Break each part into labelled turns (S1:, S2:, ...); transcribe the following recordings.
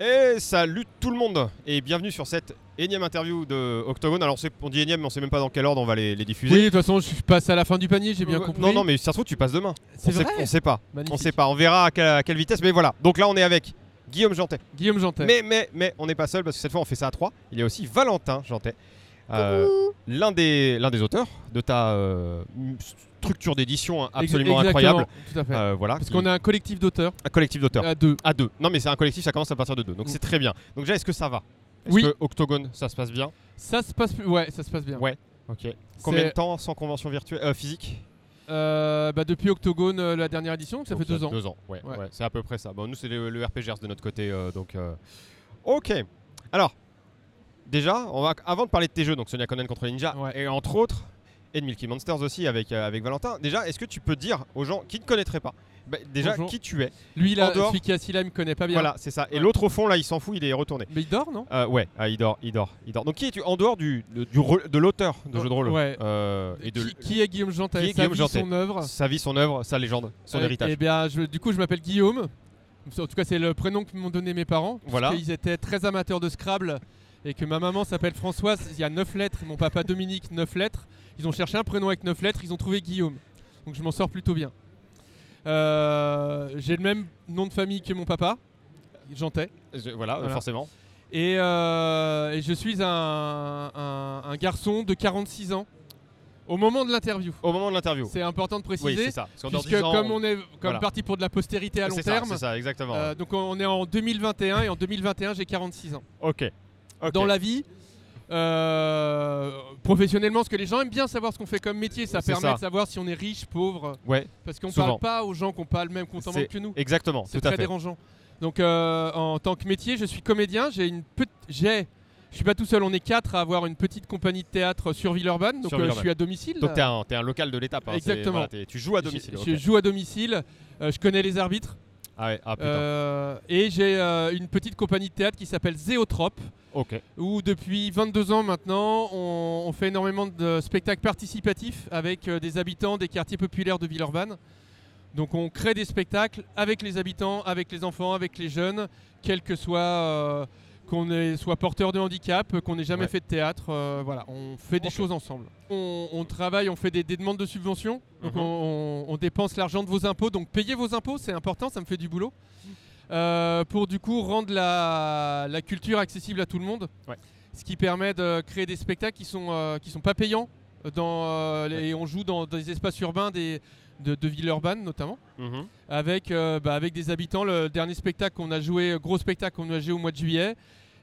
S1: Et salut tout le monde et bienvenue sur cette énième interview de Octogone. Alors c'est- on dit énième mais on sait même pas dans quel ordre on va les, les diffuser.
S2: Oui, de toute façon, je passe à la fin du panier, j'ai bien
S1: Euh,
S2: compris.
S1: Non non mais si ça se trouve tu passes demain.
S2: c'est
S1: on, sait,
S2: vrai.
S1: on sait pas. On
S2: Magnifique.
S1: sait pas. On verra à quelle, à quelle vitesse. Mais voilà. Donc là on est avec Guillaume Jantet.
S2: Guillaume Jantet.
S1: Mais mais mais on n'est pas seul parce que cette fois on fait ça à trois. Il y a aussi Valentin Jantet. euh, l'un des l'un des auteurs de ta euh, structure d'édition hein,
S2: Ex-
S1: absolument
S2: exactement,
S1: incroyable.
S2: Tout à fait.
S1: Euh, voilà.
S2: Parce
S1: qui-
S2: qu'on a un collectif d'auteurs
S1: un collectif d'auteurs.
S2: à deux.
S1: À deux. Non, mais c'est un collectif, ça commence à partir de deux. Donc
S2: Mm.
S1: c'est très bien. Donc déjà, est-ce que ça va Est-ce
S2: Oui.
S1: que Octogone, ça se passe bien
S2: Ça se passe, plus- ouais, ça se passe bien.
S1: Ouais. Ok. Combien
S2: C'est-
S1: de temps sans convention virtuelle euh, physique
S2: Euh, bah, depuis Octogone, euh, la dernière édition, donc ça
S1: Donc,
S2: fait
S1: il y a
S2: deux ans.
S1: Deux ans, ouais.
S2: Ouais.
S1: ouais, c'est à peu près ça. Bon, nous, c'est le, le RPGers de notre côté. euh, donc, euh, ok. Alors, déjà, on va, avant de parler de tes jeux, donc Sonia Conan contre les Ninja,
S2: Ouais.
S1: Ah, et entre autres, et de Milky Monsters aussi avec, euh, avec Valentin, déjà, est-ce que tu peux dire aux gens qui ne connaîtraient pas bah, déjà
S2: Bonjour.
S1: qui tu es
S2: Lui, là,
S1: En dehors-
S2: celui qui est assis là, il me connaît pas bien.
S1: Voilà, c'est ça. Et
S2: Ouais.
S1: l'autre au fond, là, il s'en fout, il est retourné.
S2: Mais il dort, non
S1: Euh, ouais, ah, il dort, il dort, il dort. Donc qui es-tu en dehors du, de, du rôle- de l'auteur de
S2: Oh,
S1: jeu de rôle
S2: ouais.
S1: euh, et de
S2: qui, qui est Guillaume Jantet
S1: Qui est
S2: Sa
S1: Guillaume
S2: vie,
S1: Jantet
S2: son œuvre
S1: sa vie, son œuvre, sa légende, son
S2: Euh,
S1: héritage
S2: Eh bien, je- du coup, je m'appelle Guillaume. En tout cas, c'est le prénom que m'ont donné mes parents.
S1: Voilà.
S2: Ils étaient très amateurs de Scrabble et que ma maman s'appelle Françoise. Il y a 9 lettres. et Mon papa Dominique, 9 lettres. Ils ont cherché un prénom avec 9 lettres. Ils ont trouvé Guillaume. Donc, je m'en sors plutôt bien. Euh, J'ai le même nom de famille que mon papa, Jantet.
S1: Je- voilà, euh,
S2: voilà.
S1: forcément.
S2: Et, euh, et je suis un, un- un garçon de 46 ans au moment de l'interview.
S1: Au moment de l'interview.
S2: C'est important de
S1: Oui,
S2: préciser.
S1: c'est ça. Parce qu'en dehors
S2: Puisque
S1: dix ans,
S2: comme
S1: on-
S2: on est comme
S1: voilà.
S2: parti pour de la postérité à long
S1: c'est ça,
S2: terme,
S1: c'est ça, exactement.
S2: euh, donc on est en 2021 et en 2021 j'ai 46 ans.
S1: ok. Ok.
S2: Dans la vie, euh, professionnellement, ce que les gens aiment bien savoir ce qu'on fait comme métier, ça
S1: C'est
S2: permet
S1: ça.
S2: de savoir si on est riche, pauvre,
S1: Ouais,
S2: parce qu'on
S1: Souvent.
S2: parle pas aux gens qui n'ont pas le même compte en
S1: C'est-
S2: banque que nous.
S1: exactement.
S2: C'est
S1: tout à
S2: très
S1: fait.
S2: dérangeant. Donc euh, en tant que métier, je suis comédien, j'ai une petite... J'ai... Je suis pas tout seul, on est quatre à avoir une petite compagnie de théâtre sur Villeurbanne, donc
S1: Sur
S2: euh, je
S1: Villeurbanne.
S2: suis à domicile.
S1: Donc t'es un, t'es un local de l'étape. hein, c'est-
S2: Exactement.
S1: voilà, t'es- tu joues à domicile.
S2: Je,
S1: ok.
S2: je joue à domicile, euh, je connais les arbitres.
S1: Ah ouais, ah putain.
S2: Euh, et j'ai euh, une petite compagnie de théâtre qui s'appelle Zéotrope,
S1: ok.
S2: où depuis 22 ans maintenant, on, on fait énormément de spectacles participatifs avec euh, des habitants des quartiers populaires de Villeurbanne. Donc on crée des spectacles avec les habitants, avec les enfants, avec les jeunes, quel que soit euh, qu'on ait- soit porteur de handicap, euh, qu'on n'ait jamais
S1: Ouais.
S2: fait de théâtre, euh, voilà, on fait des
S1: Ok.
S2: choses ensemble. On, on travaille, on fait des, des demandes de subventions, donc
S1: Mhm.
S2: on, on- on dépense l'argent de vos impôts, donc payez vos impôts, c'est important, ça me fait du boulot, Euh, pour du coup rendre la, la culture accessible à tout le monde,
S1: Ouais.
S2: ce qui permet de créer des spectacles qui sont euh, qui sont pas payants, euh, dans, euh, les- et on joue dans, dans des espaces urbains des, de, de Villeurbanne notamment
S1: Mhm.
S2: avec, euh, bah, avec des habitants. Le dernier spectacle qu'on a joué, gros spectacle qu'on a joué au mois de juillet,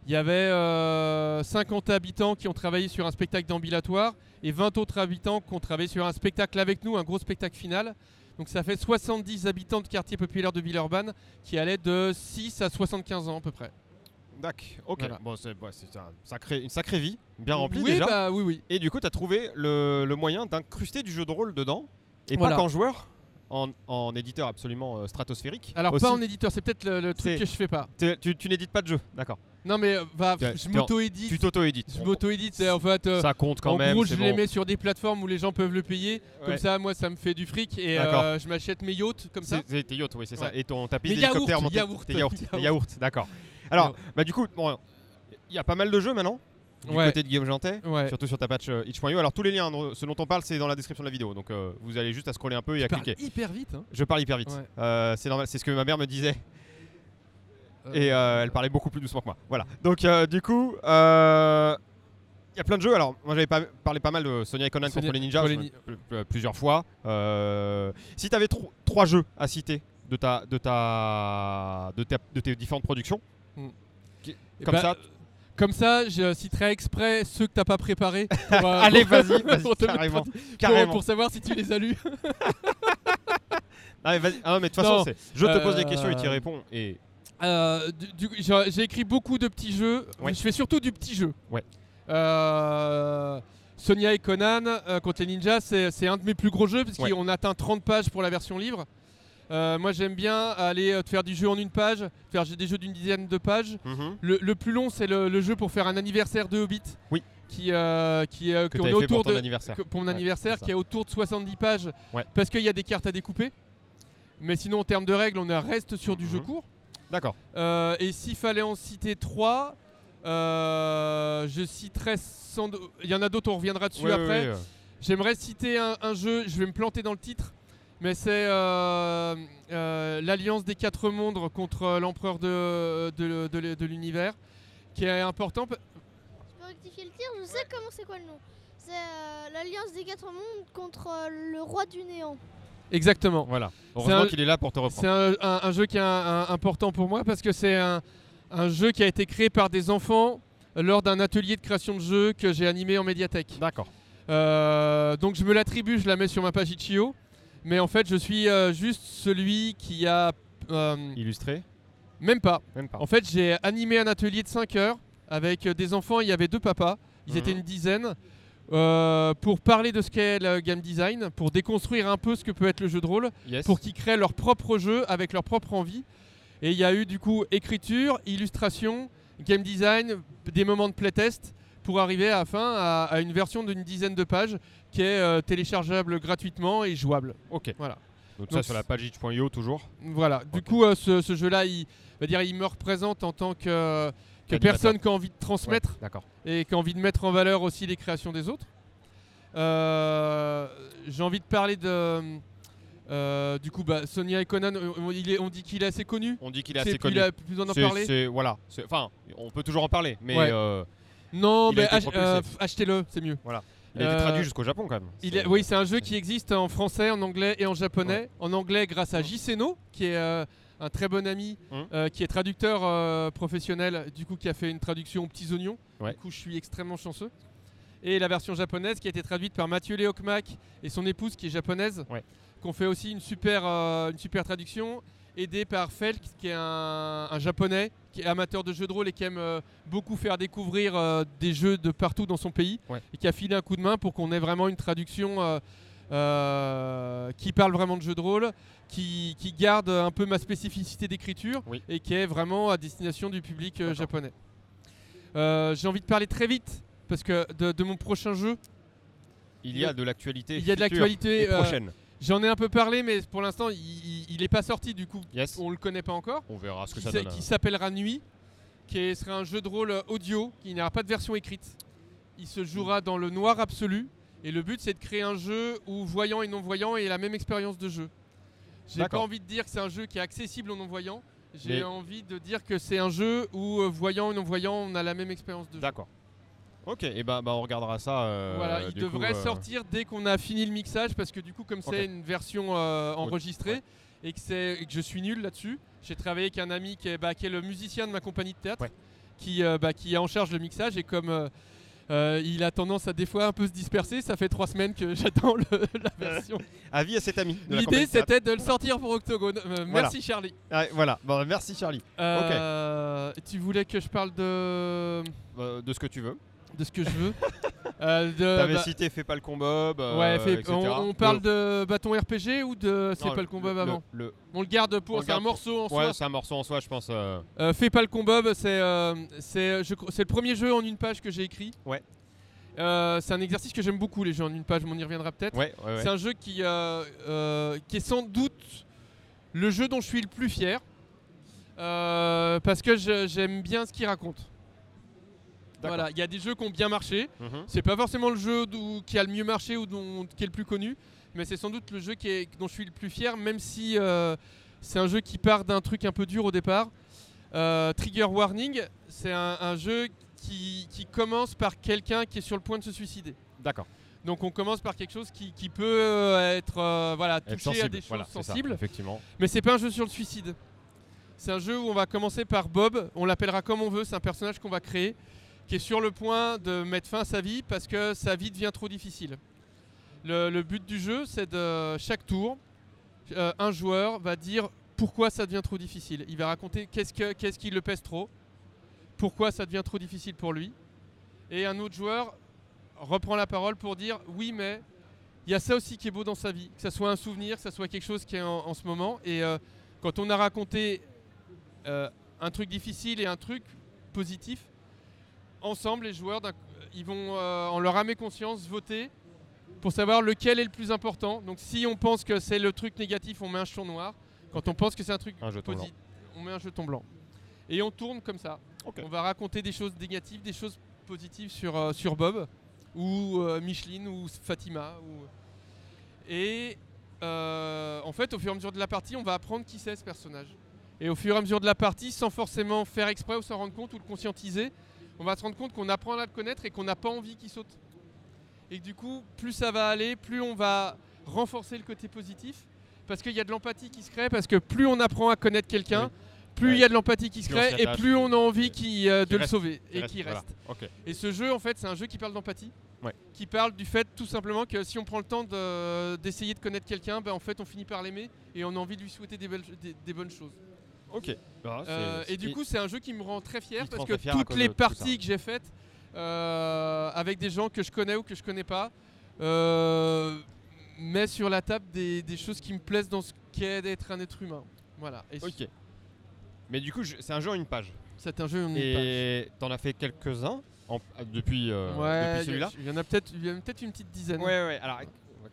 S2: il y avait euh, 50 habitants qui ont travaillé sur un spectacle d'ambilatoire et 20 autres habitants qui ont travaillé sur un spectacle avec nous, un gros spectacle final. Donc ça fait 70 habitants de quartier populaire de Villeurbanne qui allaient de 6 à 75 ans à peu près.
S1: Dac. Ok.
S2: Voilà.
S1: Bon, c'est ouais, c'est un sacré- une sacrée vie, bien remplie
S2: oui,
S1: déjà.
S2: bah, oui, oui.
S1: Et du coup, tu as trouvé le, le moyen d'incruster du jeu de rôle dedans, et
S2: Voilà.
S1: pas qu'en joueur, en, en éditeur absolument euh, stratosphérique.
S2: Alors
S1: aussi.
S2: pas en éditeur, c'est peut-être le, le truc
S1: C'est-
S2: que je fais pas.
S1: T'es- tu tu n'édites pas de jeu, d'accord.
S2: Non mais euh, bah,
S1: T'es-
S2: je
S1: t'es en- Tu
S2: m'auto-édite.
S1: t'auto-édites.
S2: Je m'auto-édite, c'est en fait... euh,
S1: Ça compte quand
S2: en
S1: même.
S2: gros,
S1: c'est
S2: je les
S1: bon.
S2: mets sur des plateformes où les gens peuvent le payer. Comme
S1: Ouais.
S2: ça, moi, ça me fait du fric et
S1: D'accord.
S2: euh, je m'achète mes yachts comme ça.
S1: C'est- C'est tes yachts, oui, c'est ça.
S2: Ouais.
S1: Et ton tapis
S2: Mais
S1: d'hélicoptère
S2: yaourt,
S1: monté.
S2: yaourt,
S1: tes yaourts,
S2: yaourt.
S1: tes yaourts, d'accord. Alors, bah du coup, bon, il y a pas mal de jeux maintenant du
S2: Ouais.
S1: côté de Guillaume Jantet.
S2: Ouais.
S1: Surtout sur ta patch euh, itch.io. Alors tous les liens, dont- ce dont on parle, c'est dans la description de la vidéo. Donc euh, vous allez juste à scroller un peu et à
S2: Parle
S1: cliquer.
S2: hyper vite. hein.
S1: Je parle hyper vite.
S2: Ouais.
S1: Euh, c'est normal, c'est ce que ma mère me disait.
S2: Euh,
S1: Et euh, elle parlait beaucoup plus doucement que moi. Voilà. Donc euh, du coup, euh, il y a plein de jeux. Alors moi j'avais pas parlé pas mal de Sonia et Conan
S2: Sonia
S1: contre les ninjas
S2: contre les
S1: je-
S2: ni-
S1: pl- pl- plusieurs fois. Euh, si tu avais trois jeux à citer de ta de ta de, ta- de tes différentes productions,
S2: et
S1: comme
S2: bah,
S1: ça,
S2: Comme ça, je citerai exprès ceux que t'as pas préparés. pour, euh,
S1: allez
S2: pour-
S1: vas-y, vas-y,
S2: pour te mettre en-
S1: carrément,
S2: pour-
S1: carrément.
S2: pour savoir si tu les as lus.
S1: Ah, mais vas-y. Ah, non, mais de toute
S2: Non,
S1: façon, c'est- je te pose des
S2: euh,
S1: questions et tu y réponds. Et
S2: Euh, du- du- J'ai j'ai écrit beaucoup de petits jeux.
S1: Ouais.
S2: Je fais surtout du petit jeu.
S1: Ouais.
S2: Euh, Sonia et Conan euh, contre les ninjas, c'est c'est un de mes plus gros jeux parce
S1: Ouais.
S2: qu'on atteint 30 pages pour la version livre. Euh, moi j'aime bien aller euh, te faire du jeu en une page, faire des jeux d'une dizaine de pages.
S1: Mhm.
S2: Le, le plus long c'est le, le jeu pour faire un anniversaire de Hobbit.
S1: Oui.
S2: Qui, euh, qui, euh,
S1: que
S2: qu'on
S1: t'avais
S2: est
S1: fait pour
S2: autour
S1: ton
S2: de,
S1: anniversaire.
S2: que- pour mon
S1: Ouais,
S2: anniversaire
S1: c'est ça.
S2: qui est autour de 70 pages
S1: Ouais.
S2: parce qu'il y a des cartes à découper. Mais sinon, en termes de règles, on reste sur du jeu
S1: Mhm.
S2: court.
S1: D'accord.
S2: Euh, et s'il fallait en citer trois, euh, je citerais sans dou- Il y en a d'autres, on reviendra dessus
S1: Ouais, ouais,
S2: après.
S1: ouais, ouais.
S2: J'aimerais citer un, un jeu, je vais me planter dans le titre, mais c'est euh, euh, l'Alliance des Quatre Mondes contre euh, l'Empereur de, de- de- de l'Univers, qui est important. p-
S3: Je peux rectifier le tir, je sais comment c'est quoi le nom. C'est euh, l'Alliance des Quatre Mondes contre euh, le Roi du Néant.
S2: Exactement.
S1: Voilà. Heureusement
S2: un-
S1: qu'il est là pour te reprendre.
S2: C'est un, un- un jeu qui est un- un- important pour moi parce que c'est un, un jeu qui a été créé par des enfants lors d'un atelier de création de jeu que j'ai animé en médiathèque.
S1: D'accord.
S2: Euh, donc je me l'attribue, je la mets sur ma page Itch.io, mais en fait je suis euh, juste celui qui a... euh,
S1: Illustré
S2: même pas.
S1: Même pas.
S2: En fait, j'ai animé un atelier de 5 heures avec euh, des enfants. Il y avait deux papas, ils
S1: Mhm.
S2: étaient une dizaine, euh, pour parler de ce qu'est le game design, pour déconstruire un peu ce que peut être le jeu de rôle,
S1: Yes.
S2: pour qu'ils créent leur propre jeu avec leur propre envie. Et il y a eu du coup écriture, illustration, game design, des moments de playtest pour arriver à, fin à, à une version d'une dizaine de pages qui est euh, téléchargeable gratuitement et jouable.
S1: Ok.
S2: Voilà.
S1: Donc, ça
S2: Donc,
S1: sur la page itch.io toujours.
S2: Voilà. Du
S1: Ok.
S2: coup, euh, ce, ce jeu-là, il, on va dire, il me représente en tant que, que
S1: Animateur.
S2: personne qui a envie de
S1: Ouais,
S2: transmettre
S1: D'accord.
S2: et qui a envie de mettre en valeur aussi les créations des autres. Euh, J'ai envie de parler de. euh, du coup, bah, Sonia et Conan, euh, on, il est- on dit qu'il est assez connu.
S1: On dit qu'il est
S2: C'est
S1: assez
S2: plus
S1: connu.
S2: la- plus besoin d'en
S1: C'est-
S2: parler.
S1: c'est- voilà. C'est- Enfin, on peut toujours en parler, mais
S2: Ouais.
S1: euh,
S2: Non,
S1: il a
S2: mais
S1: été
S2: ach-
S1: propulsé.
S2: euh, pff, achetez-le, c'est mieux.
S1: il a été
S2: Euh,
S1: traduit jusqu'au Japon quand même.
S2: Il
S1: C'est-
S2: est- oui, c'est un jeu qui existe en français, en anglais et en japonais. En anglais, grâce à
S1: Ouais.
S2: Jiseno, qui est euh, un très bon ami,
S1: Hum.
S2: euh, qui est traducteur euh, professionnel, du coup, qui a fait une traduction aux petits oignons.
S1: Ouais.
S2: Du coup, je suis extrêmement chanceux. Et la version japonaise qui a été traduite par Mathieu Leokmak et son épouse qui est japonaise,
S1: Ouais.
S2: qui ont fait aussi une super, euh, une super traduction, aidée par Felk, qui est un, un japonais, qui est amateur de jeux de rôle et qui aime euh, beaucoup faire découvrir euh, des jeux de partout dans son pays
S1: Ouais.
S2: et qui a filé un coup de main pour qu'on ait vraiment une traduction euh, euh, qui parle vraiment de jeux de rôle, qui, qui garde un peu ma spécificité d'écriture
S1: Oui.
S2: et qui est vraiment à destination du public euh,
S1: D'accord.
S2: japonais. Euh, J'ai envie de parler très vite parce que de, de mon prochain jeu,
S1: Il y a de l'actualité.
S2: il y a de
S1: future
S2: l'actualité.
S1: et
S2: euh,
S1: prochaine.
S2: J'en ai un peu parlé, mais pour l'instant, il- il il est pas sorti du coup,
S1: Yes.
S2: on le connaît pas encore
S1: On verra ce que
S2: qui
S1: ça
S2: s'a-
S1: donne. hein. euh.
S2: qui s'appellera Nuit, qui est- sera un jeu de rôle euh, audio, qui n'aura pas de version écrite. Il se jouera dans le noir absolu, et le but c'est de créer un jeu où voyant et non-voyant aient la même expérience de jeu. J'ai pas
S1: D'accord.
S2: envie de dire que c'est un jeu qui est accessible aux non-voyants, j'ai
S1: Mais-
S2: envie de dire que c'est un jeu où euh, voyant et non-voyant on a la même expérience de jeu.
S1: D'accord. Ok. Et bah, bah, on regardera ça. euh,
S2: Voilà, il
S1: du coup,
S2: devrait
S1: euh,
S2: sortir dès qu'on a fini le mixage parce que du coup comme c'est
S1: Ok.
S2: une version euh, enregistrée et, que c'est- et que je suis nul là-dessus, j'ai travaillé avec un ami qui est, bah, qui est le musicien de ma compagnie de théâtre
S1: Ouais.
S2: qui, euh, bah, qui est en charge le mixage et comme euh, euh, il a tendance à des fois un peu se disperser, ça fait trois semaines que j'attends le- la version.
S1: Avis à cet ami. de la
S2: L'idée
S1: compagnie théâtre.
S2: c'était de le sortir pour Octogone. Euh, Merci Charlie.
S1: Ah, voilà. Bon, merci Charlie.
S2: Euh, Tu voulais que je parle de,
S1: Euh, de ce que tu veux.
S2: de ce que je veux Euh, de-
S1: T'avais
S2: bah,
S1: cité fais pas le combo. bah,
S2: Ouais, fait-
S1: etc.
S2: on, on parle de bâton RPG ou de c'est pas le combo
S1: le-
S2: avant
S1: le-
S2: On le garde
S1: on
S2: pour.
S1: le
S2: C'est un
S1: garde
S2: morceau en
S1: le- ouais,
S2: soi.
S1: c'est un morceau en soi, je pense. euh,
S2: Euh, fait pas le combo, c'est euh, c'est je cro- c'est le premier jeu en une page que j'ai écrit.
S1: Ouais.
S2: Euh, c'est un exercice que j'aime beaucoup les jeux en une page, mais on y reviendra peut-être.
S1: Ouais, ouais, ouais.
S2: C'est un jeu qui, euh, euh, qui est sans doute le jeu dont je suis le plus fier. euh, parce que je- j'aime bien ce qu'il raconte.
S1: D'accord.
S2: Voilà, il y a des jeux qui ont bien marché,
S1: Mhm.
S2: c'est pas forcément le jeu d'où- qui a le mieux marché ou dont- qui est le plus connu, mais c'est sans doute le jeu qui est- dont je suis le plus fier, même si euh, c'est un jeu qui part d'un truc un peu dur au départ. Euh, Trigger Warning, c'est un, un jeu qui, qui commence par quelqu'un qui est sur le point de se suicider.
S1: D'accord.
S2: Donc on commence par quelque chose qui, qui peut euh, être euh, voilà,
S1: Être
S2: touché à
S1: sensible,
S2: des choses
S1: voilà, c'est ça,
S2: sensibles.
S1: effectivement.
S2: Mais c'est pas un jeu sur le suicide. C'est un jeu où on va commencer par Bob, on l'appellera comme on veut, c'est un personnage qu'on va créer, qui est sur le point de mettre fin à sa vie parce que sa vie devient trop difficile. Le, le but du jeu, c'est de chaque tour, euh, un joueur va dire pourquoi ça devient trop difficile. Il va raconter qu'est-ce, que- qu'est-ce qui le pèse trop, pourquoi ça devient trop difficile pour lui. Et un autre joueur reprend la parole pour dire oui mais il y a ça aussi qui est beau dans sa vie, que ça soit un souvenir, que ça soit quelque chose qui est en, en ce moment. Et euh, quand on a raconté euh, un truc difficile et un truc positif, ensemble les joueurs, d'un- ils vont euh, en leur âme et conscience voter pour savoir lequel est le plus important. Donc si on pense que c'est le truc négatif, on met un jeton noir. Quand on pense que c'est un truc
S1: Un jeton blanc.
S2: positif, on met un jeton blanc. Et on tourne comme ça.
S1: Ok.
S2: On va raconter des choses négatives, des choses positives sur, euh, sur Bob, ou euh, Micheline, ou Fatima. Ou... Et euh, en fait, au fur et à mesure de la partie, on va apprendre qui c'est ce personnage. Et au fur et à mesure de la partie, sans forcément faire exprès ou s'en rendre compte ou le conscientiser, on va se rendre compte qu'on apprend à le connaître et qu'on n'a pas envie qu'il saute. Et que du coup, plus ça va aller, plus on va renforcer le côté positif, parce qu'il y a de l'empathie qui se crée, parce que plus on apprend à connaître quelqu'un,
S1: Oui.
S2: plus il y
S1: Ouais.
S2: a de l'empathie qui se
S1: Plus on s'y
S2: crée et
S1: attache.
S2: plus on a envie qu'il, euh, de le
S1: reste.
S2: sauver
S1: Qui
S2: et qui
S1: voilà.
S2: reste.
S1: Ok.
S2: Et ce jeu, en fait, c'est un jeu qui parle d'empathie.
S1: Ouais.
S2: Qui parle du fait, tout simplement, que si on prend le temps de- d'essayer de, connaître quelqu'un, ben, en fait, on finit par l'aimer et on a envie de lui souhaiter des, belles- des- des bonnes choses.
S1: Ok. Ah, c'est-
S2: Euh,
S1: c'est-
S2: et du coup, c'est un jeu qui me rend très fier
S1: Il te
S2: parce
S1: rend
S2: que
S1: très fier à
S2: toutes
S1: cause
S2: les
S1: de tout
S2: parties
S1: ça.
S2: que j'ai faites euh, avec des gens que je connais ou que je connais pas euh, met sur la table des, des choses qui me plaisent dans ce qu'est d'être un être humain. Voilà. Et
S1: Ok. Mais du coup, je- c'est un jeu en une page.
S2: C'est un jeu. où on y
S1: Et euh, t'en as fait quelques-uns en- depuis, euh,
S2: passe. Ouais,
S1: depuis celui-là
S2: Il y en a peut-être peut une petite dizaine.
S1: Ouais, ouais, alors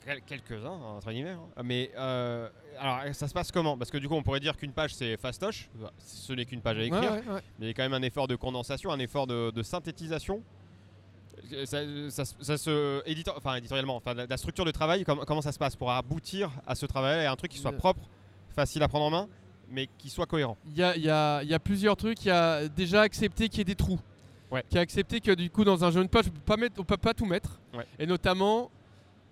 S1: quel- quelques-uns, hein, entre guillemets. hein. Mais euh, alors, ça se passe comment Parce que du coup, on pourrait dire qu'une page c'est fastoche, Bah, ce n'est qu'une page à
S2: Ouais,
S1: écrire,
S2: ouais, ouais.
S1: mais il y a quand même un effort de condensation, un effort de, de synthétisation. Euh, Ça, ça se- ça se édito- enfin, éditorialement, enfin, la, la structure de travail, com- comment ça se passe pour aboutir à ce travail et un truc qui soit
S2: Le-
S1: propre, facile à prendre en main, mais qui soit cohérent.
S2: Il y a, il y a- il y a plusieurs trucs. Il y a déjà accepté qu'il y ait des trous.
S1: Ouais.
S2: Qui a accepté que du coup, dans un jeu de poche, on peut pas mettre- on peut pas tout mettre.
S1: Ouais.
S2: Et notamment,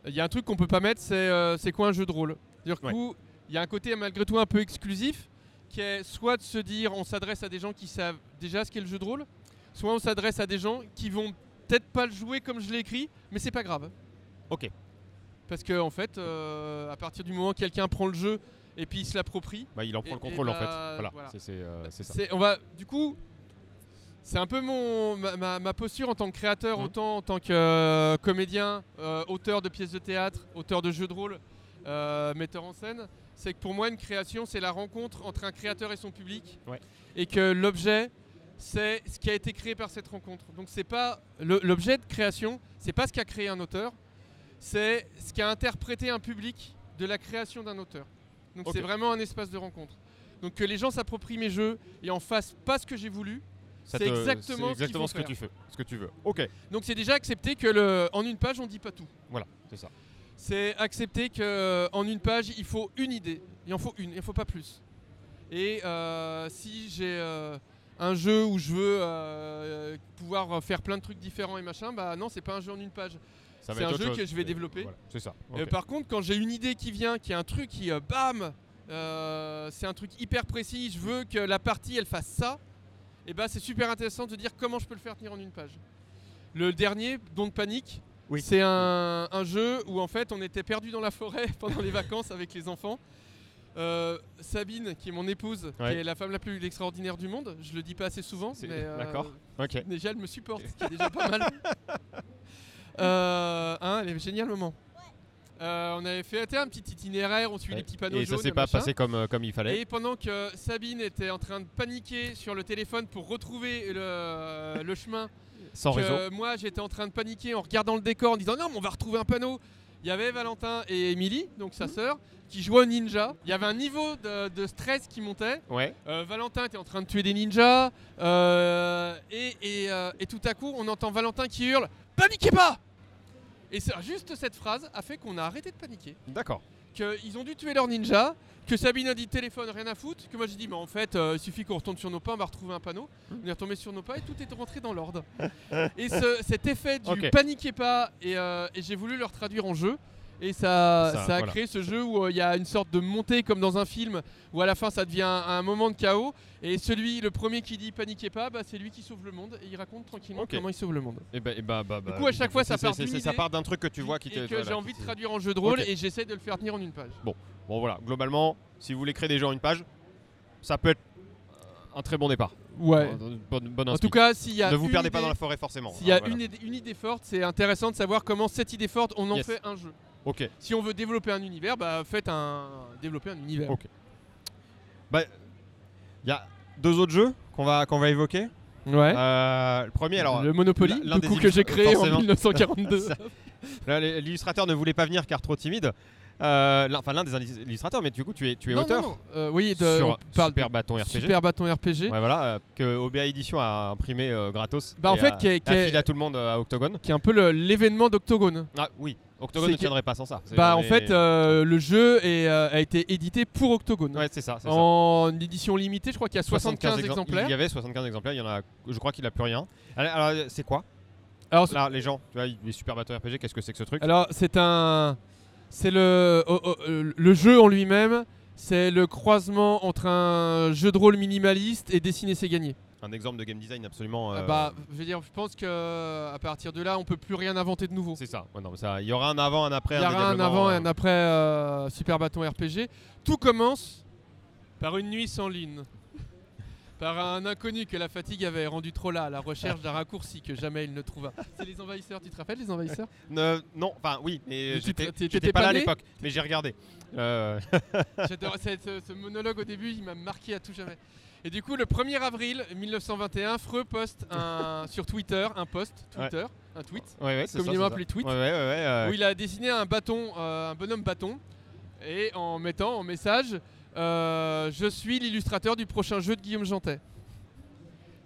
S2: il y a un truc qu'on peut pas mettre, c'est euh, c'est quoi un jeu de rôle C'est-à-dire que
S1: Ouais.
S2: coup, il y a un côté malgré tout un peu exclusif, qui est soit de se dire on s'adresse à des gens qui savent déjà ce qu'est le jeu de rôle, soit on s'adresse à des gens qui vont peut-être pas le jouer comme je l'ai écrit, mais c'est pas grave.
S1: Ok.
S2: Parce que en fait, euh, à partir du moment où quelqu'un prend le jeu et puis il se l'approprie,
S1: Bah, il en prend
S2: Et-
S1: le
S2: et
S1: contrôle en
S2: bah,
S1: fait. Voilà,
S2: voilà. Bah,
S1: c'est c'est, euh, c'est ça.
S2: c'est- on va, du coup, c'est un peu mon, ma, ma- ma posture en tant que créateur,
S1: Mhm.
S2: autant en tant que euh, comédien, euh, auteur de pièces de théâtre, auteur de jeux de rôle, euh, metteur en scène. C'est que pour moi, une création, c'est la rencontre entre un créateur et son public.
S1: Ouais.
S2: Et que l'objet, c'est ce qui a été créé par cette rencontre. Donc, c'est pas le- l'objet de création, c'est pas ce qu'a créé un auteur, c'est ce qu'a interprété un public de la création d'un auteur. Donc,
S1: Ok.
S2: c'est vraiment un espace de rencontre. Donc, que les gens s'approprient mes jeux et en fassent pas ce que j'ai voulu.
S1: Ça
S2: c'est
S1: te-
S2: exactement
S1: c'est
S2: ce qu'il faut
S1: ce que
S2: faire.
S1: tu fais, ce que tu veux. Ok,
S2: Donc, c'est déjà accepté que le, en une page, on dit pas tout.
S1: voilà, c'est ça.
S2: C'est accepter que euh, en une page, il faut une idée. Il en faut une, il ne faut pas plus. Et euh, si j'ai euh, un jeu où je veux euh, pouvoir faire plein de trucs différents et machin, bah non, c'est pas un jeu en une page.
S1: Ça va
S2: C'est
S1: être
S2: un
S1: autre
S2: jeu
S1: chose.
S2: que je vais
S1: Et
S2: développer.
S1: voilà, c'est ça.
S2: Euh,
S1: ok.
S2: par contre, quand j'ai une idée qui vient, qui est un truc qui, euh, bam, euh, c'est un truc hyper précis, je veux que la partie, elle fasse ça, et bah c'est super intéressant de dire comment je peux le faire tenir en une page. Le dernier, Don't Panic,
S1: Oui.
S2: c'est un, un jeu où en fait on était perdu dans la forêt pendant les vacances avec les enfants. Euh, Sabine, qui est mon épouse,
S1: Ouais.
S2: qui est la femme la plus extraordinaire du monde, je le dis pas assez souvent,
S1: C'est-
S2: mais euh,
S1: d'accord. Ok.
S2: Déjà, elle me supporte, ce qui est déjà pas mal. Euh, hein, elle est géniale, maman. Euh, on avait fait tu sais, un petit itinéraire, on suit les petits panneaux
S1: et
S2: jaunes.
S1: ça s'est pas
S2: machin.
S1: passé comme, euh, comme il fallait.
S2: Et pendant que Sabine était en train de paniquer sur le téléphone pour retrouver le, le chemin,
S1: Sans
S2: que
S1: réseau.
S2: moi j'étais en train de paniquer en regardant le décor, en disant non, mais on va retrouver un panneau. Il y avait Valentin et Émilie, donc sa sœur, qui jouaient au ninja. Il y avait un niveau de- de stress qui montait.
S1: Ouais.
S2: Euh, Valentin était en train de tuer des ninjas euh, et, et, euh, et tout à coup on entend Valentin qui hurle Paniquez pas Et c'est juste cette phrase a fait qu'on a arrêté de paniquer,
S1: D'accord.
S2: qu'ils ont dû tuer leur ninja, que Sabine a dit téléphone rien à foutre, que moi j'ai dit mais en fait euh, il suffit qu'on retourne sur nos pas, on va retrouver un panneau, on est retombé sur nos pas et tout est rentré dans l'ordre. et ce- cet effet du
S1: Ok.
S2: paniquez pas et, euh, et j'ai voulu le retraduire en jeu. Et ça,
S1: Ça,
S2: ça a
S1: voilà.
S2: créé ce jeu où euh, il y a une sorte de montée comme dans un film où à la fin ça devient un, un moment de chaos et celui, le premier qui dit paniquez pas, bah, c'est lui qui sauve le monde et il raconte tranquillement
S1: Ok.
S2: comment il sauve le monde.
S1: Et bah, et bah, bah,
S2: coup, à chaque fois, ça part
S1: c'est-
S2: d'une
S1: c'est- Ça
S2: idée
S1: part d'un truc que tu vois qui
S2: et
S1: te.
S2: que
S1: voilà,
S2: j'ai envie
S1: qui
S2: de
S1: te-
S2: traduire en jeu de rôle
S1: Ok.
S2: et j'essaie de le faire tenir en une page.
S1: Bon, voilà. Globalement, si vous voulez créer des gens une page, ça peut être euh, un très bon départ.
S2: Ouais.
S1: Bon, Bonne, bonne
S2: En
S1: inspi.
S2: tout cas, s'il y a
S1: ne vous
S2: une
S1: perdez
S2: idée,
S1: pas dans la forêt forcément.
S2: s'il y a
S1: hein, voilà.
S2: une, idée, une idée forte, c'est intéressant de savoir comment cette idée forte, on en
S1: Yes.
S2: fait un jeu.
S1: Ok.
S2: Si on veut développer un univers, bah faites un développer un univers.
S1: Ok. Il y a deux autres jeux qu'on va, qu'on va évoquer.
S2: Ouais.
S1: Euh, le premier, alors,
S2: le Monopoly,
S1: l'un
S2: du
S1: des
S2: coup que j'ai
S1: illustres-
S2: créé en
S1: forcément.
S2: 1942.
S1: Là, l- L'illustrateur ne voulait pas venir car trop timide. euh, l'un- enfin l'un des illustrateurs, mais du coup tu es, tu es
S2: Non, non,
S1: auteur
S2: non. Euh, oui, de, on
S1: sur
S2: parle
S1: Super Bâton RPG.
S2: Super Bâton RPG.
S1: Ouais, voilà, euh, que OBA Edition a imprimé euh, gratos.
S2: Bah, en
S1: et
S2: fait,
S1: a-
S2: qui est- qui est-
S1: affile à tout le monde euh, à Octogone.
S2: Qui est un peu le- l'événement d'Octogone.
S1: Ah oui, Octogone
S2: C'est
S1: ne
S2: que-
S1: tiendrait pas sans ça. C'est-
S2: Bah, en
S1: mais-
S2: fait, euh, le jeu est, euh, a été édité pour Octogone.
S1: Ouais, c'est ça. c'est ça.
S2: en édition limitée, je crois qu'il y a 75,
S1: exemp-
S2: exemplaires.
S1: Il y avait 75 exemplaires, il y en a, je crois qu'il a plus rien. Alors, alors, c'est quoi
S2: Alors, c'est-
S1: Là, les gens, tu vois, les Super Bâton RPG, qu'est-ce que c'est que ce truc
S2: alors, c'est un. C'est le, oh, oh, euh, le jeu en lui-même, c'est le croisement entre un jeu de rôle minimaliste et dessiner c'est gagner.
S1: Un exemple de game design absolument.
S2: Ah
S1: euh,
S2: Bah, je veux dire, je pense que euh, à partir de là, on peut plus rien inventer de nouveau.
S1: C'est ça. Ouais, non, mais ça. Il y aura un avant, un après.
S2: Il y aura un
S1: indéniablement,
S2: avant et
S1: euh,
S2: un après euh, Super Bâton RPG. Tout commence par une nuit sans lune. Par un inconnu que la fatigue avait rendu trop là, à la recherche d'un raccourci que jamais il ne trouva. C'est les envahisseurs, tu te rappelles les envahisseurs
S1: Ne- non, enfin oui, mais
S2: Mais tu
S1: j'étais
S2: te- t'étais
S1: j'étais pas là
S2: pas
S1: à
S2: né
S1: l'époque, mais j'ai regardé. Euh,
S2: J'adore cette- ce, ce monologue au début, il m'a marqué à tout jamais. Et du coup, le 1er avril 1921, Freux poste un, sur Twitter un post, Twitter, un tweet,
S1: ouais, ouais, c'est ça,
S2: communément
S1: c'est ça.
S2: appelé tweet,
S1: Ouais, ouais, ouais, ouais, euh,
S2: où il a dessiné un bâton, euh, un bonhomme bâton, et en mettant en message euh, Je suis l'illustrateur du prochain jeu de Guillaume Jantet.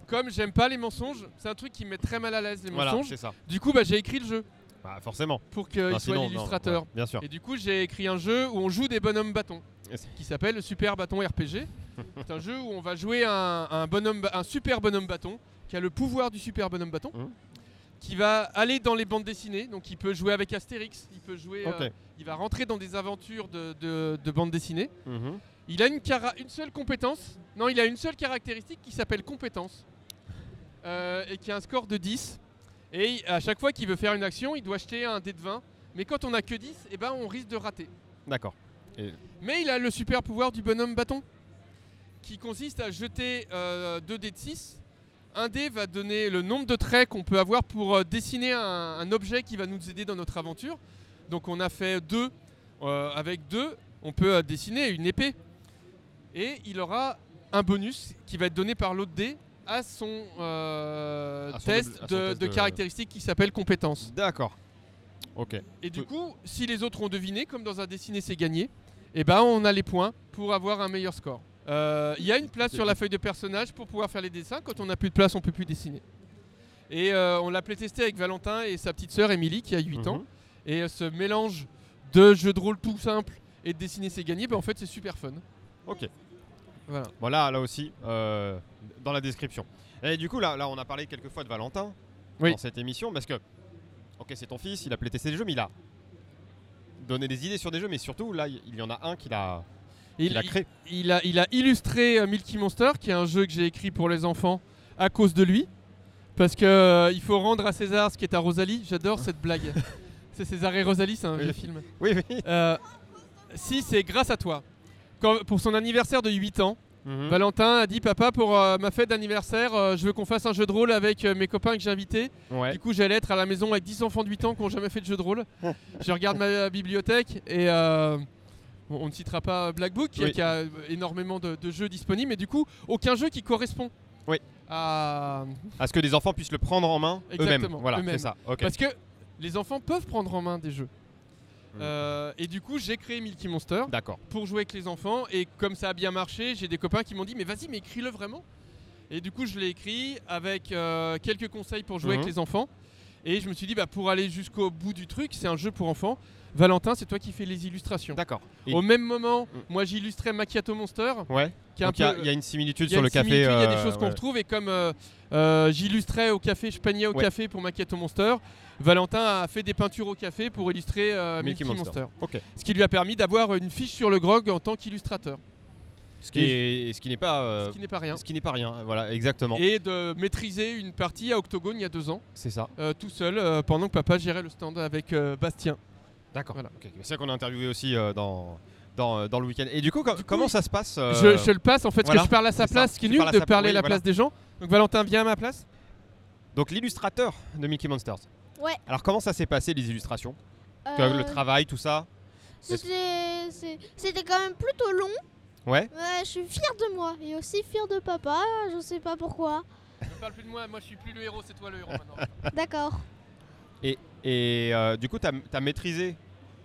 S2: Comme j'aime pas les mensonges, c'est un truc qui me met très mal à l'aise les
S1: Voilà,
S2: mensonges.
S1: c'est ça.
S2: Du coup, bah, j'ai écrit le jeu
S1: Bah, forcément.
S2: pour qu'il
S1: Non,
S2: Euh, soit
S1: sinon, non,
S2: l'illustrateur.
S1: ouais, bien sûr.
S2: Et du coup, j'ai écrit un jeu où on joue des bonhommes bâtons
S1: Et c'est-
S2: qui s'appelle Super Bâton RPG. C'est un jeu où on va jouer un, un bonhomme, ba- un super bonhomme bâton qui a le pouvoir du super bonhomme bâton.
S1: Mhm.
S2: Qui va aller dans les bandes dessinées, donc il peut jouer avec Astérix, il peut jouer,
S1: Ok.
S2: euh, il va rentrer dans des aventures de, de- de bandes dessinées.
S1: Mhm.
S2: Il a une, cara- une seule compétence, non, il a une seule caractéristique qui s'appelle compétence Euh, et qui a un score de 10. Et à chaque fois qu'il veut faire une action, il doit acheter un dé de 20. Mais quand on a que 10, eh ben, on risque de rater.
S1: D'accord.
S2: Mais il a le super pouvoir du bonhomme bâton, qui consiste à jeter 2 dés de 6. Un dé va donner le nombre de traits qu'on peut avoir pour euh, dessiner un, un objet qui va nous aider dans notre aventure. Donc on a fait 2. avec 2, on peut euh, dessiner une épée. Et il aura un bonus qui va être donné par l'autre dé à son, euh,
S1: À son
S2: test,
S1: double- à son
S2: de,
S1: test
S2: de
S1: de-
S2: caractéristiques qui s'appelle compétence.
S1: D'accord. Ok.
S2: Et du
S1: Peu-
S2: coup, si les autres ont deviné, comme dans un dessiné c'est gagné, et ben on a les points pour avoir un meilleur score. Euh, Il y a une place sur la feuille de personnage pour pouvoir faire les dessins. Quand on n'a plus de place, on peut plus dessiner. Et euh, on l'a playtesté avec Valentin et sa petite sœur Émilie qui a 8 ans.
S1: Mhm.
S2: Et euh, ce mélange de jeux de rôle tout simple et de dessiner c'est gagné, ben en fait c'est super fun.
S1: Ok.
S2: Voilà.
S1: Bon là, là aussi, euh, dans la description. Et du coup là, là, on a parlé quelques fois de Valentin
S2: Oui.
S1: dans cette émission parce que, ok, c'est ton fils, il a playtesté des jeux, mais il a donné des idées sur des jeux, mais surtout là, il il y en a un qu'il a,
S2: Et
S1: qu'il a créé.
S2: Il a, il a illustré euh, Milky Monster, qui est un jeu que j'ai écrit pour les enfants à cause de lui. Parce que euh, il faut rendre à César ce qui est à Rosalie. J'adore cette blague. c'est César et Rosalie, c'est un
S1: Oui.
S2: vieux film.
S1: Oui, oui.
S2: Euh, si, c'est grâce à toi. Quand- pour son anniversaire de 8 ans,
S1: Mhm.
S2: Valentin a dit Papa, pour euh, ma fête d'anniversaire, euh, je veux qu'on fasse un jeu de rôle avec euh, mes copains que j'ai invités.
S1: Ouais.
S2: Du coup, j'allais être à la maison avec 10 enfants de 8 ans qui n'ont jamais fait de jeu de rôle. je regarde ma euh, bibliothèque et euh, bon, on ne citera pas Black Book qui-
S1: Oui.
S2: qui a énormément de, de jeux disponibles, mais du coup, aucun jeu qui correspond.
S1: Oui.
S2: à-
S1: À ce que des enfants puissent le prendre en main eux-mêmes.
S2: Exactement,
S1: Voilà,
S2: eux-mêmes.
S1: c'est ça. Ok.
S2: Parce que les enfants peuvent prendre en main des jeux.
S1: Mhm.
S2: Euh, et du coup, j'ai créé Milky Monster
S1: D'accord.
S2: pour jouer avec les enfants. Et comme ça a bien marché, j'ai des copains qui m'ont dit Mais vas-y, mais écris-le vraiment. Et du coup, je l'ai écrit avec euh, quelques conseils pour jouer avec
S1: Mhm.
S2: les enfants. Et je me suis dit bah, Pour aller jusqu'au bout du truc, c'est un jeu pour enfants. Valentin, c'est toi qui fais les illustrations.
S1: D'accord. Et-
S2: Au même moment,
S1: Mhm.
S2: moi j'illustrais Macchiato Monster.
S1: Ouais.
S2: Qui est un
S1: Donc il y a-
S2: peu-
S1: il y, a une similitude
S2: il y
S1: sur
S2: a une
S1: le café.
S2: similitude, Il y a des
S1: euh,
S2: choses qu'on
S1: ouais.
S2: retrouve et comme euh, euh, j'illustrais au café, je peignais au
S1: Ouais.
S2: café pour Macchiato Monster, Valentin a fait des peintures au café pour illustrer euh, Milky,
S1: Milky
S2: Monster.
S1: Monster. Ok.
S2: Ce qui lui a permis d'avoir une fiche sur le grog en tant qu'illustrateur,
S1: Ce qui est- ce qui n'est pas. euh,
S2: ce qui n'est pas rien.
S1: ce qui n'est pas rien. Voilà, exactement.
S2: Et de maîtriser une partie à Octogone il y a deux ans,
S1: C'est ça.
S2: euh, tout seul, euh, pendant que papa gérait le stand avec euh, Bastien.
S1: D'accord.
S2: Voilà.
S1: Ok. C'est ça qu'on a interviewé aussi euh, dans, dans, euh, dans le week-end. Et du coup, co- comment ça se passe euh,
S2: Je, je le passe en fait, parce
S1: voilà,
S2: que je parle à sa
S1: c'est
S2: place,
S1: ça.
S2: ce qui est
S1: Tu
S2: nul
S1: parles à
S2: de
S1: sa-
S2: parler
S1: oui,
S2: à la
S1: voilà.
S2: place des gens. Donc Valentin, viens à ma place.
S1: Donc l'illustrateur de Mickey Monsters.
S3: Ouais.
S1: Alors comment ça s'est passé les illustrations Que-
S3: Euh,
S1: Le travail, tout ça
S3: c'était- c'est- C'était quand même plutôt long.
S1: Ouais.
S3: Ouais, je suis fière de moi et aussi fière de papa, je sais pas pourquoi.
S2: Ne parle plus de moi, moi je suis plus le héros, c'est toi le héros maintenant.
S3: D'accord.
S1: Et euh, du coup, tu as, maîtrisé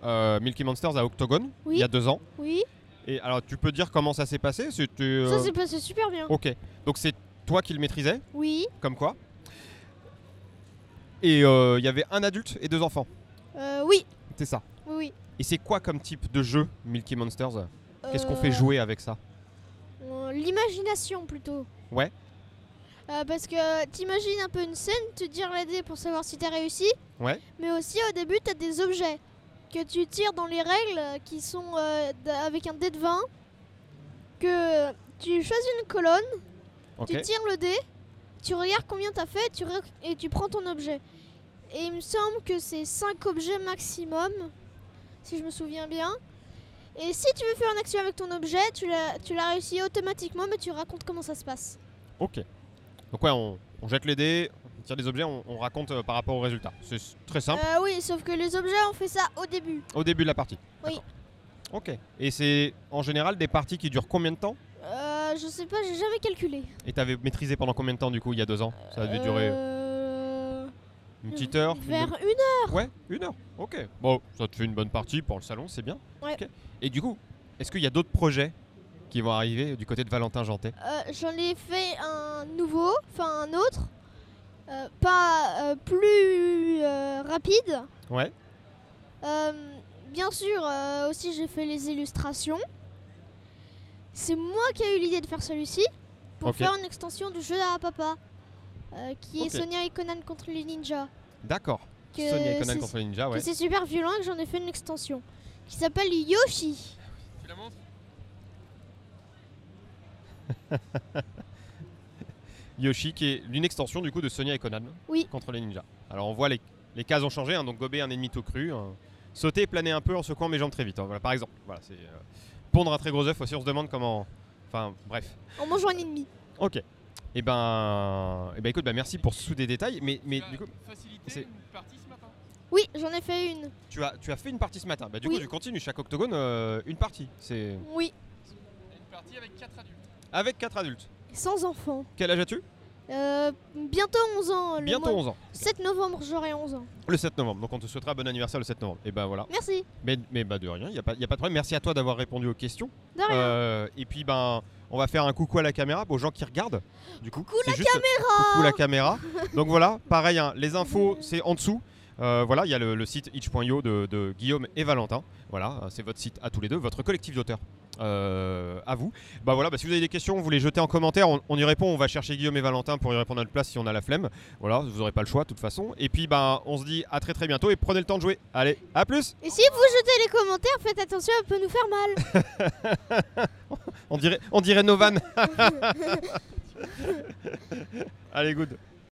S1: euh, Milky Monsters à Octogone
S3: Oui.
S1: il y a deux ans.
S3: Oui.
S1: Et alors, tu peux dire comment ça s'est passé C'était, euh,
S3: Ça s'est passé super bien.
S1: Ok. Donc, c'est toi qui le maîtrisais,
S3: Oui.
S1: comme quoi. Et euh, il y avait un adulte et deux enfants.
S3: Euh, oui.
S1: C'est ça.
S3: Oui. oui.
S1: Et c'est quoi comme type de jeu, Milky Monsters Qu'est-ce qu'on fait
S3: Euh,
S1: jouer avec ça
S3: Euh, L'imagination plutôt.
S1: Ouais.
S3: Euh, parce que t'imagines un peu une scène, te dire les dés pour savoir si t'as réussi.
S1: Ouais.
S3: Mais aussi au début t'as des objets que tu tires dans les règles euh, qui sont euh, d- avec un dé de 20. Que tu choisis une colonne,
S1: Ok.
S3: tu tires le dé, tu regardes combien t'as fait tu rec- et tu prends ton objet. Et il me semble que c'est 5 objets maximum, si je me souviens bien. Et si tu veux faire une action avec ton objet, tu la, tu la réussis automatiquement, mais tu racontes comment ça se passe.
S1: Ok. Donc, ouais, on, on jette les dés, on tire des objets, on, on raconte euh, par rapport au résultat. C'est s- très simple.
S3: Euh, oui, sauf que les objets, on fait ça au début.
S1: Au début de la partie.
S3: Euh, Oui.
S1: D'accord. Ok. Et c'est en général des parties qui durent combien de temps
S3: Euh, je sais pas, j'ai jamais calculé.
S1: Et t'avais maîtrisé pendant combien de temps du coup il y a deux ans Ça a dû durer
S3: Euh,
S1: une petite heure une
S3: Vers
S1: bonne-
S3: une heure.
S1: Ouais, une heure. Ok. Bon, ça te fait une bonne partie pour le salon, c'est bien.
S3: Ouais.
S1: Ok. Et du coup, est-ce qu'il y a d'autres projets qui vont arriver du côté de Valentin Jantet
S3: Euh, J'en ai fait un nouveau, enfin un autre. Euh, pas euh, plus euh, rapide.
S1: Ouais.
S3: Euh, bien sûr, euh, aussi j'ai fait les illustrations. C'est moi qui ai eu l'idée de faire celui-ci pour
S1: Ok.
S3: faire une extension du jeu à papa, euh, qui est
S1: Ok.
S3: Sonia et Conan contre les ninjas.
S1: D'accord.
S3: Que
S1: Sonia et Conan
S3: c'est-
S1: contre les ninjas,
S3: que
S1: ouais.
S3: C'est super violent et que j'en ai fait une extension qui s'appelle Yoshi.
S2: Tu la montres
S1: Yoshi qui est une extension du coup de Sonia et Conan
S3: Oui.
S1: contre les ninjas. Alors on voit les, les cases ont changé, hein, donc gober un ennemi tout cru, hein. sauter, planer un peu en secouant mes jambes très vite. hein. voilà par exemple. Voilà, c'est euh, pondre un très gros œuf aussi. On se demande comment. Enfin bref.
S3: En mangeant un ennemi.
S1: Ok. Et ben, eh ben écoute, bah merci pour tous des détails. Mais, mais
S2: Tu as
S1: du coup,
S2: facilité
S1: c'est-
S2: une partie ce matin
S3: Oui, j'en ai fait une.
S1: tu as, tu as fait une partie ce matin. Bah, du
S3: Oui.
S1: coup, tu continues chaque octogone euh, une partie. C'est
S3: Oui,
S2: Une partie avec 4 adultes.
S1: avec quatre adultes.
S3: sans enfant.
S1: Quel âge as-tu
S3: Euh, bientôt 11 ans. Oh, Le
S1: Bientôt
S3: mois-
S1: 11 ans.
S3: 7 novembre, j'aurai 11 ans.
S1: Le 7 novembre. Donc on te souhaitera bon anniversaire le 7 novembre. Et ben voilà.
S3: Merci.
S1: Mais, mais bah de rien, il n'y a, pas- y a pas de problème. Merci à toi d'avoir répondu aux questions.
S3: De rien.
S1: Euh, et puis ben, on va faire un coucou à la caméra aux gens qui regardent. Du coup,
S3: Coucou
S1: la caméra. Coucou la caméra. Donc voilà, pareil, hein, les infos c'est en dessous. Euh, voilà, il y a le, le site itch.io de, de Guillaume et Valentin. Voilà, euh, c'est votre site à tous les deux, votre collectif d'auteurs. Euh, à vous. Bah voilà, bah si vous avez des questions, vous les jetez en commentaire, on, on y répond, on va chercher Guillaume et Valentin pour y répondre à notre place si on a la flemme. Voilà, vous n'aurez pas le choix de toute façon. Et puis bah on se dit à très très bientôt et prenez le temps de jouer. Allez, à plus
S3: Et si vous jetez les commentaires, faites attention, elle peut nous faire mal.
S1: On dirait, on dirait Novan. Allez, good.